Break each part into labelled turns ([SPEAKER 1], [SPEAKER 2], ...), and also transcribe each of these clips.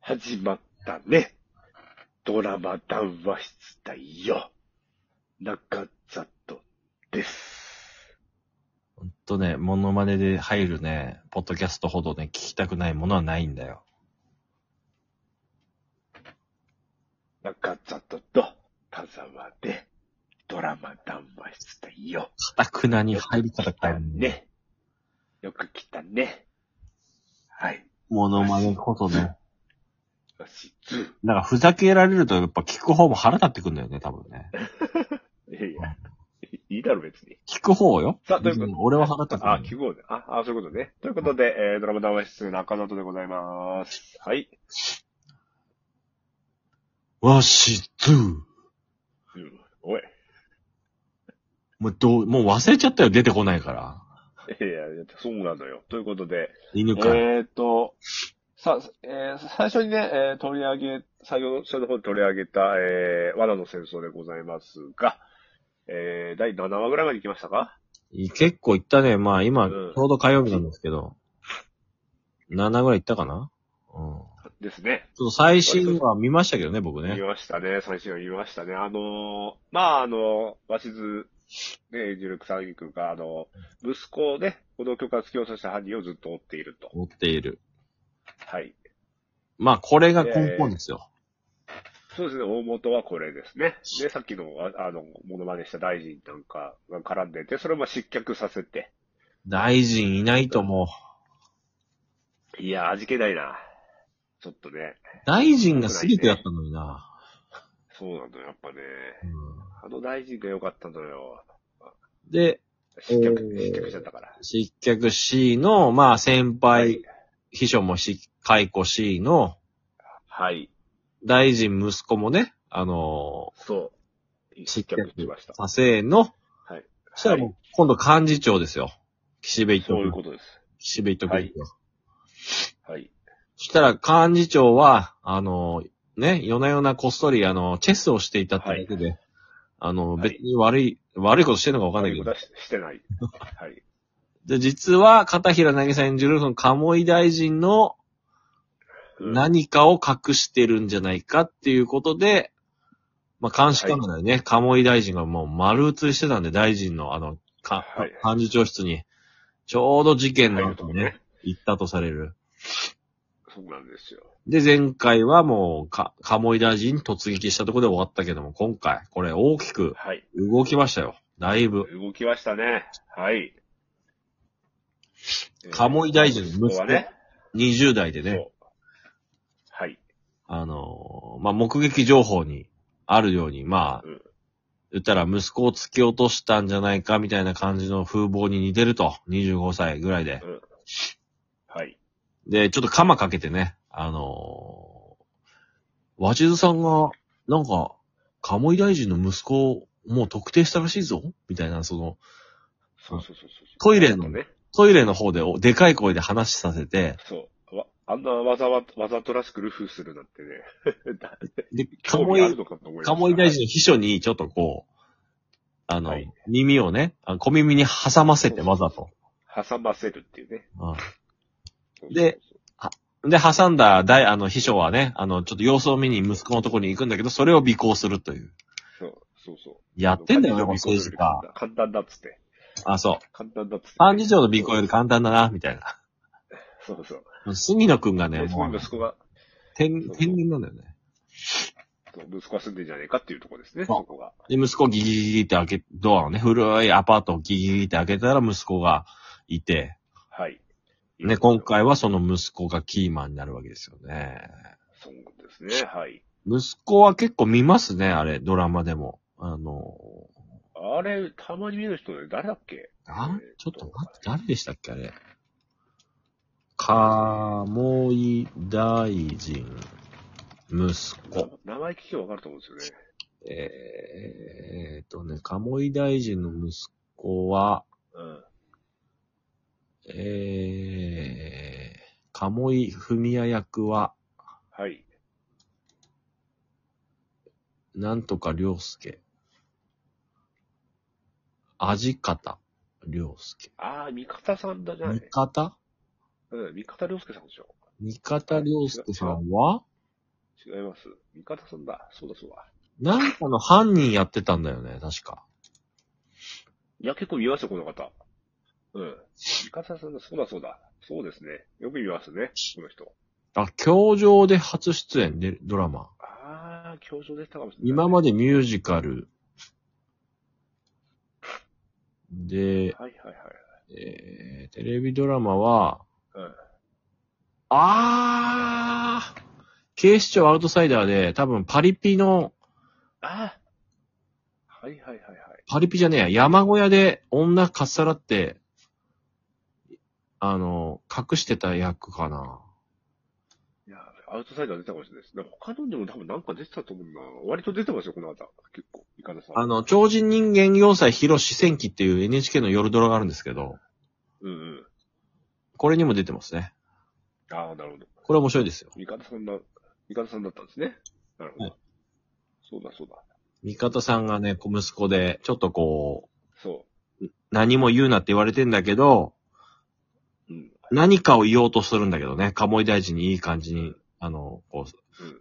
[SPEAKER 1] 始まったね。ドラマ談話室だよ。中里です。
[SPEAKER 2] ほんとね、モノマネで入るね、ポッドキャストほどね、聞きたくないものはないんだよ。
[SPEAKER 1] 中里と田沢でドラマ談話室だよ。
[SPEAKER 2] かたくなに入りたかった
[SPEAKER 1] だ
[SPEAKER 2] よね。
[SPEAKER 1] ね。よく来たね。はい。
[SPEAKER 2] モノマネこそね。
[SPEAKER 1] よしず。
[SPEAKER 2] なんかふざけられるとやっぱ聞く方も腹立ってくんだよね、多分ね。
[SPEAKER 1] いやいや。いいだろ別に。
[SPEAKER 2] 聞く方よ。
[SPEAKER 1] さあということで
[SPEAKER 2] ん俺は腹立って
[SPEAKER 1] あ、
[SPEAKER 2] く
[SPEAKER 1] 聞
[SPEAKER 2] る。
[SPEAKER 1] こうね。あ、あ、そういうことね。ということで、えー、ドラマ談話室中里でございます。はい。
[SPEAKER 2] わし、ずー。
[SPEAKER 1] うんおい。
[SPEAKER 2] もうどう、もう忘れちゃったよ、出てこないから。
[SPEAKER 1] いやいや、そうなのよ。ということで、
[SPEAKER 2] 犬か。
[SPEAKER 1] えーっと、さ、えー最初にね、えー取り上げ、最後、その方で取り上げた、えー、罠の戦争でございますが、えー、第7話ぐらいまで来ましたか
[SPEAKER 2] 結構行ったね。まあ今、
[SPEAKER 1] うん
[SPEAKER 2] ちょうど火曜日なんですけど。7ぐらい行ったかなうん。
[SPEAKER 1] ですね。
[SPEAKER 2] ちょっと最新は見ましたけどね、僕
[SPEAKER 1] 見
[SPEAKER 2] ね。
[SPEAKER 1] ましたね。最新話見ましたね。あのーまあ、あのー、鷲津、ね、演じる草薙くんが、あのー息子をね、この許可突き落とした犯人をずっと追っていると。
[SPEAKER 2] 持っている。
[SPEAKER 1] はい。
[SPEAKER 2] まあ、これが根本ですよ。
[SPEAKER 1] そうですね、大元はこれですね。で、さっきの、ああの、モノマネした大臣なんかが絡んでて、それをまあ失脚させて。
[SPEAKER 2] 大臣いないとも
[SPEAKER 1] いや、味気ないな。ちょっとね。
[SPEAKER 2] う、大臣が過ぎてやったのにな。
[SPEAKER 1] そうなんだよ、やっぱね。
[SPEAKER 2] う
[SPEAKER 1] あの大臣が良かったのよ。
[SPEAKER 2] んで、
[SPEAKER 1] 失脚、
[SPEAKER 2] えー
[SPEAKER 1] 失脚しちゃったから。
[SPEAKER 2] 失脚 C の、まあ、先
[SPEAKER 1] は
[SPEAKER 2] 輩、。秘書もし解雇 C の、
[SPEAKER 1] はい。
[SPEAKER 2] 大臣息子もね、あの
[SPEAKER 1] そう。失脚しました
[SPEAKER 2] ー、。左政の、
[SPEAKER 1] はい。
[SPEAKER 2] そしたらもう、今度幹事長ですよ。岸辺一
[SPEAKER 1] そういうこ
[SPEAKER 2] 徳。
[SPEAKER 1] とです。
[SPEAKER 2] 岸辺一徳ですよ。
[SPEAKER 1] はい。
[SPEAKER 2] そしたら幹事長は、あのー、ね、夜な夜なこっそり、あの、チェスをしていたってだけで、あの、
[SPEAKER 1] はい
[SPEAKER 2] 別に悪い、悪いことしてるのかわかんないけど、
[SPEAKER 1] 出ししてない。はい。
[SPEAKER 2] で、実は、片平なぎさん演じる、その、鴨井大臣の
[SPEAKER 1] うん
[SPEAKER 2] 何かを隠してるんじゃないかっていうことで、まあ、監視カメラでね、鴨井大臣がもう丸写りしてたんで、大臣の、あの、か、
[SPEAKER 1] はい
[SPEAKER 2] 幹事長室に、ちょうど事件の
[SPEAKER 1] 入ると
[SPEAKER 2] 後
[SPEAKER 1] こ
[SPEAKER 2] ね、
[SPEAKER 1] ね。
[SPEAKER 2] 行ったとされる。
[SPEAKER 1] そうなんですよ。
[SPEAKER 2] で、前回はもう、か、鴨井大臣に突撃したところで終わったけども、今回、これ大きく
[SPEAKER 1] はい。
[SPEAKER 2] 動きましたよ。だいぶ。
[SPEAKER 1] 動きましたね。はい。
[SPEAKER 2] 鴨井大臣の息子
[SPEAKER 1] 息子はね。
[SPEAKER 2] 20代でね。
[SPEAKER 1] そうはい。
[SPEAKER 2] あのーまあ、目撃情報にあるように、まあ、
[SPEAKER 1] うん
[SPEAKER 2] 言ったら息子を突き落としたんじゃないかみたいな感じの風貌に似てると、25歳ぐらいで。
[SPEAKER 1] はい。
[SPEAKER 2] で、ちょっと鎌かけてね、あのー、和地さんが、なんか、鴨井大臣の息子をもう特定したらしいぞみたいな、その、
[SPEAKER 1] そうそうそうそう。
[SPEAKER 2] トイレの
[SPEAKER 1] ね。
[SPEAKER 2] トイレの方でおでかい声で話させて、
[SPEAKER 1] そう。わあんなわざわわざとらしくルフするなんてね。だ
[SPEAKER 2] で、
[SPEAKER 1] 興
[SPEAKER 2] 鴨
[SPEAKER 1] 味ある
[SPEAKER 2] 井、
[SPEAKER 1] のかと思いました
[SPEAKER 2] 鴨井大臣の秘書にちょっとこう、あの、
[SPEAKER 1] はい
[SPEAKER 2] 耳をね、あ小耳に挟ませてわざと。
[SPEAKER 1] 挟ませるっていうね。
[SPEAKER 2] うんで、で、挟んだ大、あの、秘書はね、あの、ちょっと様子を見に息子のところに行くんだけど、それを尾行するという。
[SPEAKER 1] そうそうそう。
[SPEAKER 2] やってんだよね、
[SPEAKER 1] あの
[SPEAKER 2] この政治家。。
[SPEAKER 1] 簡単だっつって。
[SPEAKER 2] あ、そう。
[SPEAKER 1] 簡単だっつって。
[SPEAKER 2] 幹事長の尾行より簡単だな、みたいな。
[SPEAKER 1] そうそう。
[SPEAKER 2] 杉野くんがね、
[SPEAKER 1] で、そこ
[SPEAKER 2] も
[SPEAKER 1] に
[SPEAKER 2] う
[SPEAKER 1] 息子が、
[SPEAKER 2] 天、天然なんだよね。
[SPEAKER 1] そう息子が住んでんじゃねえかっていうところですね、
[SPEAKER 2] そう
[SPEAKER 1] そこが。
[SPEAKER 2] で、息子ギギギギって開け、ドアをね、古いアパートをギギギって開けたら息子がいて、
[SPEAKER 1] はい。
[SPEAKER 2] ね、今。回はその息子がキーマンになるわけですよね。
[SPEAKER 1] そうですね、はい。
[SPEAKER 2] 息子は結構見ますね、あれ、ドラマでも。あの、
[SPEAKER 1] あれ、たまに見る人ね、誰だっけ
[SPEAKER 2] あ
[SPEAKER 1] えー
[SPEAKER 2] ちょっと待って、誰でしたっけあれ。かもい大臣、息子。
[SPEAKER 1] 名前聞けばわかると思うんですよね。
[SPEAKER 2] えーっとね、かもい大臣の息子は、
[SPEAKER 1] うん。
[SPEAKER 2] えー、かもい文也役は、
[SPEAKER 1] はい。
[SPEAKER 2] なんとか良介。味方良介。
[SPEAKER 1] ああ、味方さんだじゃな
[SPEAKER 2] 味
[SPEAKER 1] い。
[SPEAKER 2] 方
[SPEAKER 1] うん、味方良介さんでしょ。
[SPEAKER 2] 味方良介さんは、
[SPEAKER 1] 違います。味方さんだ。そうだそうだ。
[SPEAKER 2] なんかの犯人やってたんだよね、確か。
[SPEAKER 1] いや、結構見ましたよ、この方。うん。味方さんだ。そうだそうだ。そうですね。よく見ますね、この人。
[SPEAKER 2] あ、教場で初出演で、ドラマ。
[SPEAKER 1] あー、教場でしたかもしれない。
[SPEAKER 2] 今までミュージカル。で、
[SPEAKER 1] はいはいはい。
[SPEAKER 2] えー、テレビドラマは、
[SPEAKER 1] うん
[SPEAKER 2] あー、警視庁アウトサイダーで、多分パリピの、
[SPEAKER 1] ああはいはいはいはい。
[SPEAKER 2] パリピじゃねえや、山小屋で女かっさらって、あの、隠してた役かな。
[SPEAKER 1] いや、アウトサイダー出たかもしれないです。なんか他のでも多分なんか出てたと思うな。割と出てますよ、この方。結構、イカダさん。
[SPEAKER 2] あの、超人人間要塞広志戦記っていう NHK の夜ドラがあるんですけど、
[SPEAKER 1] うんうん。
[SPEAKER 2] これにも出てますね。
[SPEAKER 1] ああ、なるほど。
[SPEAKER 2] これ面白いですよ。
[SPEAKER 1] イカダさんだ、イカダさんだったんですね。なるほど。
[SPEAKER 2] はい
[SPEAKER 1] そうだそうだ。
[SPEAKER 2] 味方さんがね、小息子で、ちょっとこ、
[SPEAKER 1] そう
[SPEAKER 2] 何も言うなって言われてんだけど、
[SPEAKER 1] う。うん。
[SPEAKER 2] 何かを言おうとするんだけどね、鴨井大臣にいい感じに、あの、こう、
[SPEAKER 1] うん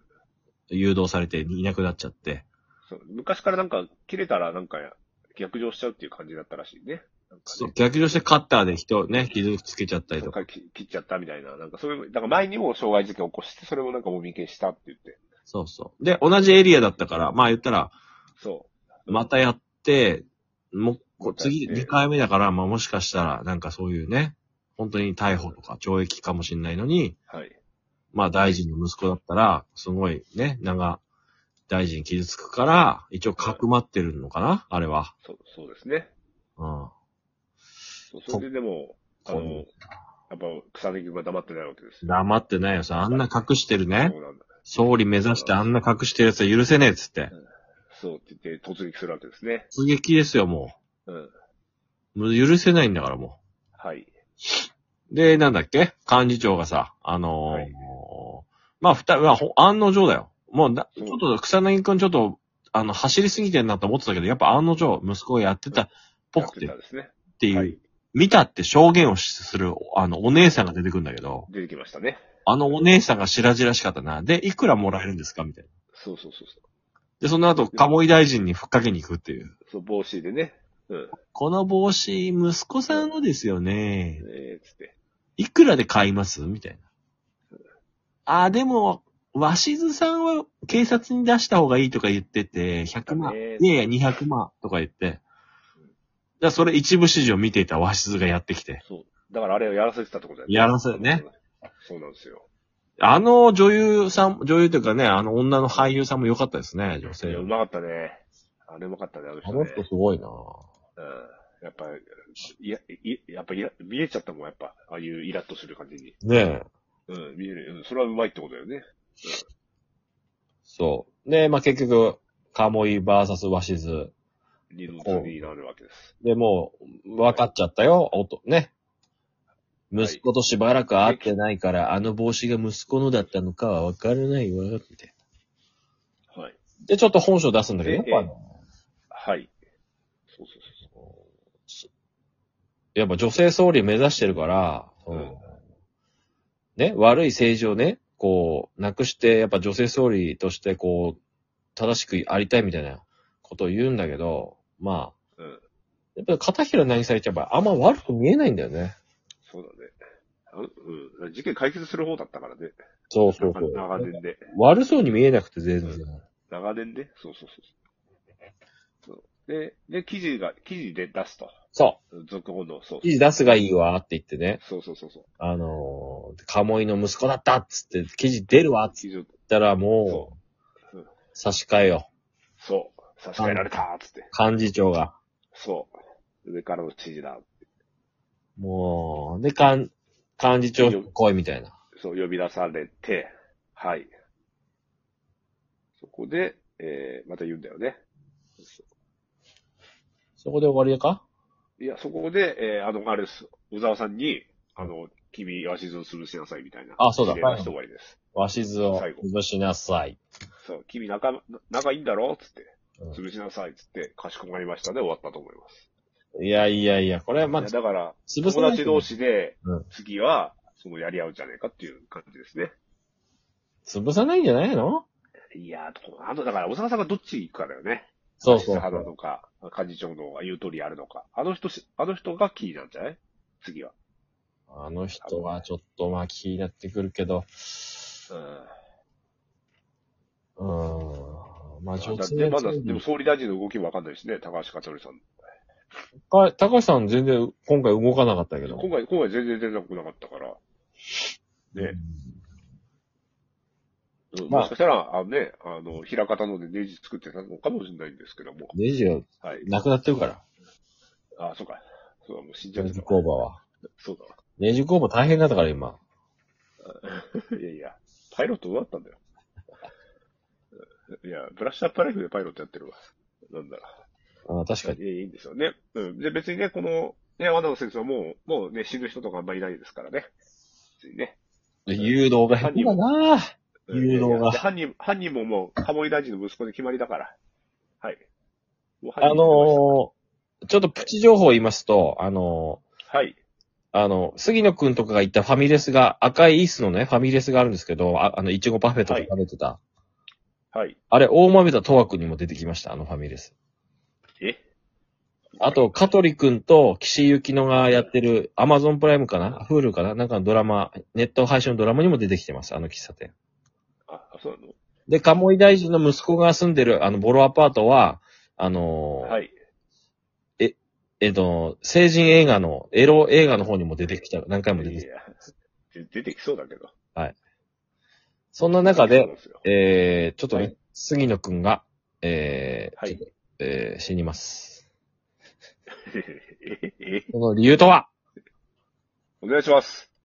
[SPEAKER 2] 誘導されていなくなっちゃって。
[SPEAKER 1] そう昔からなんか、切れたらなんか、逆上しちゃうっていう感じだったらしいね。なんか
[SPEAKER 2] そう
[SPEAKER 1] ね。
[SPEAKER 2] 逆上してカッターで人をね、傷つけちゃったり
[SPEAKER 1] そ
[SPEAKER 2] と
[SPEAKER 1] う
[SPEAKER 2] か。
[SPEAKER 1] か切切っちゃったみたいな。なんか、それ、だから前にも傷害事件を起こして、それもなんかもみ消したって言って。
[SPEAKER 2] そうそう。で、同じエリアだったから、まあ言ったら、
[SPEAKER 1] そ
[SPEAKER 2] またやって、もうこう、
[SPEAKER 1] ま
[SPEAKER 2] 次
[SPEAKER 1] たやって
[SPEAKER 2] 2回目だから、まあもしかしたら、なんかそういうね、本当に逮捕とか懲役かもしれないのに、
[SPEAKER 1] う。はい。
[SPEAKER 2] まあ大臣の息子だったら、すごいね、なんか、大臣傷つくから、一応かくまってるのかなあれは。
[SPEAKER 1] そう、そうですね。
[SPEAKER 2] うん。
[SPEAKER 1] そう、それででも、あ
[SPEAKER 2] こ
[SPEAKER 1] の、やっぱ草薙君が黙ってないわけですよ。
[SPEAKER 2] 黙ってないよさ。あんな隠してるね
[SPEAKER 1] そ。うなんだ。
[SPEAKER 2] 総理目指してあんな隠してる奴は許せねえっつって。
[SPEAKER 1] そうって言って突撃するわけですね。
[SPEAKER 2] 突撃ですよ、も
[SPEAKER 1] うん。
[SPEAKER 2] う。もう許せないんだから、も
[SPEAKER 1] はい。
[SPEAKER 2] う。で、なんだっけ幹事長がさ、あのー
[SPEAKER 1] はい
[SPEAKER 2] まあ、ふた、まあ、ほ案の定だよ。もうだ、ち
[SPEAKER 1] うん
[SPEAKER 2] ょっと草薙くんちょっと、あの、走りすぎてんなと思ってたけど、やっぱ案の定、息子がやってたっぽくて
[SPEAKER 1] や
[SPEAKER 2] っ
[SPEAKER 1] ってたですね。
[SPEAKER 2] ていう、
[SPEAKER 1] はい。
[SPEAKER 2] 見たって証言をしする、あの、お姉さんが出てくるんだけど、
[SPEAKER 1] 出てきましたね。
[SPEAKER 2] あのお姉さんが白々しかったな。で、いくらもらえるんですかみたいな。
[SPEAKER 1] そうそうそうそ
[SPEAKER 2] で、その後、鴨井大臣にふっかけに行くっていう。
[SPEAKER 1] う。そう、帽子でね。うん。
[SPEAKER 2] この帽子、息子さんのですよね。
[SPEAKER 1] えー、つって。
[SPEAKER 2] いくらで買いますみたいな。あ、でも、鷲津さんは警察に出した方がいいとか言ってて、100万。
[SPEAKER 1] だね
[SPEAKER 2] いやいや、200万とか言って。じゃあ、それ一部始終を見ていた鷲津がやってきて。
[SPEAKER 1] そう。だからあれをやらせてたってことだよ
[SPEAKER 2] やらせてね。
[SPEAKER 1] そうなんですよ。
[SPEAKER 2] あの女優さん、女優というかね、あの女の俳優さんも良かったですね、女
[SPEAKER 1] い
[SPEAKER 2] 性
[SPEAKER 1] や、う。まかったね。あれうまかったね、あの
[SPEAKER 2] あ
[SPEAKER 1] 人
[SPEAKER 2] の
[SPEAKER 1] ね。
[SPEAKER 2] 人すごいな
[SPEAKER 1] うん。やっぱ、いや、いやっぱいや、見えちゃったもん、やっぱ。ああいうイラッとする感じに。
[SPEAKER 2] ねえ。
[SPEAKER 1] うん、見える。うん、それはうまいってことだよね。
[SPEAKER 2] そう。で、まあ、結局、鴨居バーサス鷲津。
[SPEAKER 1] 二度とになるわけです。
[SPEAKER 2] で、もう、分かっちゃったよ、おと、ね。
[SPEAKER 1] い
[SPEAKER 2] 息子としばらく会ってないから、あの帽子が息子のだったのかは分からないわ、みたい
[SPEAKER 1] はい。
[SPEAKER 2] な。で、ちょっと本書出すんだけど、やっ
[SPEAKER 1] で
[SPEAKER 2] ぱあの、
[SPEAKER 1] はい。そうそうそうそ
[SPEAKER 2] やっぱ女性総理目指してるから、その
[SPEAKER 1] うん
[SPEAKER 2] ね、悪い政治をね、こう、なくして、やっぱ女性総理として、こう、正しくありたいみたいなことを言うんだけど、まあ、
[SPEAKER 1] う。うん。
[SPEAKER 2] やっぱり片平なぎさいちゃえばあんま悪く見えないんだよね。
[SPEAKER 1] そうだね。あのうん。事件解決する方だったからね。
[SPEAKER 2] そうそうそ
[SPEAKER 1] 長
[SPEAKER 2] う。
[SPEAKER 1] 長年で。
[SPEAKER 2] 悪そうに見えなくて全然。
[SPEAKER 1] 長年でそうそうそうそう。で、で、記事が、記事で出すと。
[SPEAKER 2] そ
[SPEAKER 1] 続報の、そう
[SPEAKER 2] う。記事出すがいいわって言ってね。
[SPEAKER 1] そうそうそうそう。
[SPEAKER 2] あのー、鴨居の息子だったっつって、記事出るわっつっ
[SPEAKER 1] 記事を、
[SPEAKER 2] たらも
[SPEAKER 1] そうううん、
[SPEAKER 2] 差し替えよ。
[SPEAKER 1] そう。差し替えられたーっつって。
[SPEAKER 2] 幹事長が。
[SPEAKER 1] そう。上からの知事だ。
[SPEAKER 2] もう、で、幹、幹事長来いみたいな。
[SPEAKER 1] そう、呼び出されて、はい。そこで、えー、また言うんだよね。
[SPEAKER 2] そこで終わりか
[SPEAKER 1] いや、そこで、えー、あの、あれです。小沢さんに、あの、君、鷲津を潰しなさいみたいな。
[SPEAKER 2] あそうだ
[SPEAKER 1] 指令出して終わりです。
[SPEAKER 2] 鷲津を
[SPEAKER 1] 最後
[SPEAKER 2] 潰しなさい。
[SPEAKER 1] そう、君仲、仲いいんだろつって
[SPEAKER 2] うん。
[SPEAKER 1] 潰しなさいつって、かしこまりましたで終わったと思います。
[SPEAKER 2] いやいやいや、これはま
[SPEAKER 1] い
[SPEAKER 2] あ
[SPEAKER 1] や、だから、
[SPEAKER 2] 潰せ
[SPEAKER 1] 友
[SPEAKER 2] ない。
[SPEAKER 1] 達同士で
[SPEAKER 2] うん、
[SPEAKER 1] 次は、そのやり合うんじゃねえかっていう感じですね。
[SPEAKER 2] 潰さないんじゃないの
[SPEAKER 1] いやー、あとだから、小坂さんがどっち行くかだよね。
[SPEAKER 2] そうそう。
[SPEAKER 1] 派なのか、幹事長の方が言う通りやるのか。あの人し、あの人がキーなんじゃない次は。
[SPEAKER 2] あの人はちょっとまあ気になってくるけど、
[SPEAKER 1] うん。
[SPEAKER 2] うーん。まあ女性
[SPEAKER 1] でまだ、
[SPEAKER 2] チーム
[SPEAKER 1] でも総理大臣の動きもわかんないしね、高橋克典さん。
[SPEAKER 2] か高橋さん全然今回動かなかったけど。
[SPEAKER 1] 今回、今回全然出てこなかったから。ね、うん
[SPEAKER 2] まあ
[SPEAKER 1] もしかしたら、あのね、あの、平方のでネジ作ってたのかもしれないんですけども。
[SPEAKER 2] ネジが
[SPEAKER 1] はい。
[SPEAKER 2] なくなってるから。
[SPEAKER 1] あ、そうか。そうだ、もう死んじゃっ
[SPEAKER 2] ネ
[SPEAKER 1] て
[SPEAKER 2] ジ
[SPEAKER 1] た。
[SPEAKER 2] 工場は。
[SPEAKER 1] そう
[SPEAKER 2] ネジ工場大変だったから今。
[SPEAKER 1] だ。いやいや、パイロットどうだったんだよ。いや、ブラッシュアップライフでパイロットやってるわ。なんだら。
[SPEAKER 2] あ確かに。
[SPEAKER 1] いやいいんですよね。うん。で、別にね、この、ね、和田先生はもう、もうね、死ぬ人とかあんまりいないですからね。別にね。
[SPEAKER 2] 誘導が下手だなぁ。
[SPEAKER 1] うん
[SPEAKER 2] 誘導が
[SPEAKER 1] いやいや犯人、犯人ももう、ハモイ大臣の息子で決まりだから。はい。もう犯人決ま
[SPEAKER 2] あ
[SPEAKER 1] りました
[SPEAKER 2] のー、ちょっとプチ情報を言いますと、あの
[SPEAKER 1] はい。
[SPEAKER 2] ー、あの、杉野くんとかが行ったファミレスが、赤い椅子のね、ファミレスがあるんですけど、ああの、いちごパフェとか食べてた。
[SPEAKER 1] はい。
[SPEAKER 2] あれ、大豆田とわくんにも出てきました、あのファミレス。
[SPEAKER 1] え
[SPEAKER 2] あと、香取くんと岸井ゆきのがやってる、アマゾンプライムかなフールかななんかのドラマ、ネット配信のドラマにも出てきてます、あの喫茶店。
[SPEAKER 1] あ、あそうなの
[SPEAKER 2] で、鴨井大臣の息子が住んでる、あの、ボロアパートは、あのー
[SPEAKER 1] はい。
[SPEAKER 2] えっと、成人映画の、エロ映画の方にも出てきた、何回も出
[SPEAKER 1] い
[SPEAKER 2] て
[SPEAKER 1] や
[SPEAKER 2] きた。、
[SPEAKER 1] で出てきそうだけど。
[SPEAKER 2] そんな中
[SPEAKER 1] 出
[SPEAKER 2] で、
[SPEAKER 1] てきそうなんすよ
[SPEAKER 2] えー、ちょっとね、
[SPEAKER 1] は
[SPEAKER 2] 杉野くんが、えー、
[SPEAKER 1] はい
[SPEAKER 2] ちょっとえー死にます。
[SPEAKER 1] え、え、
[SPEAKER 2] その理由とは
[SPEAKER 1] お願いします。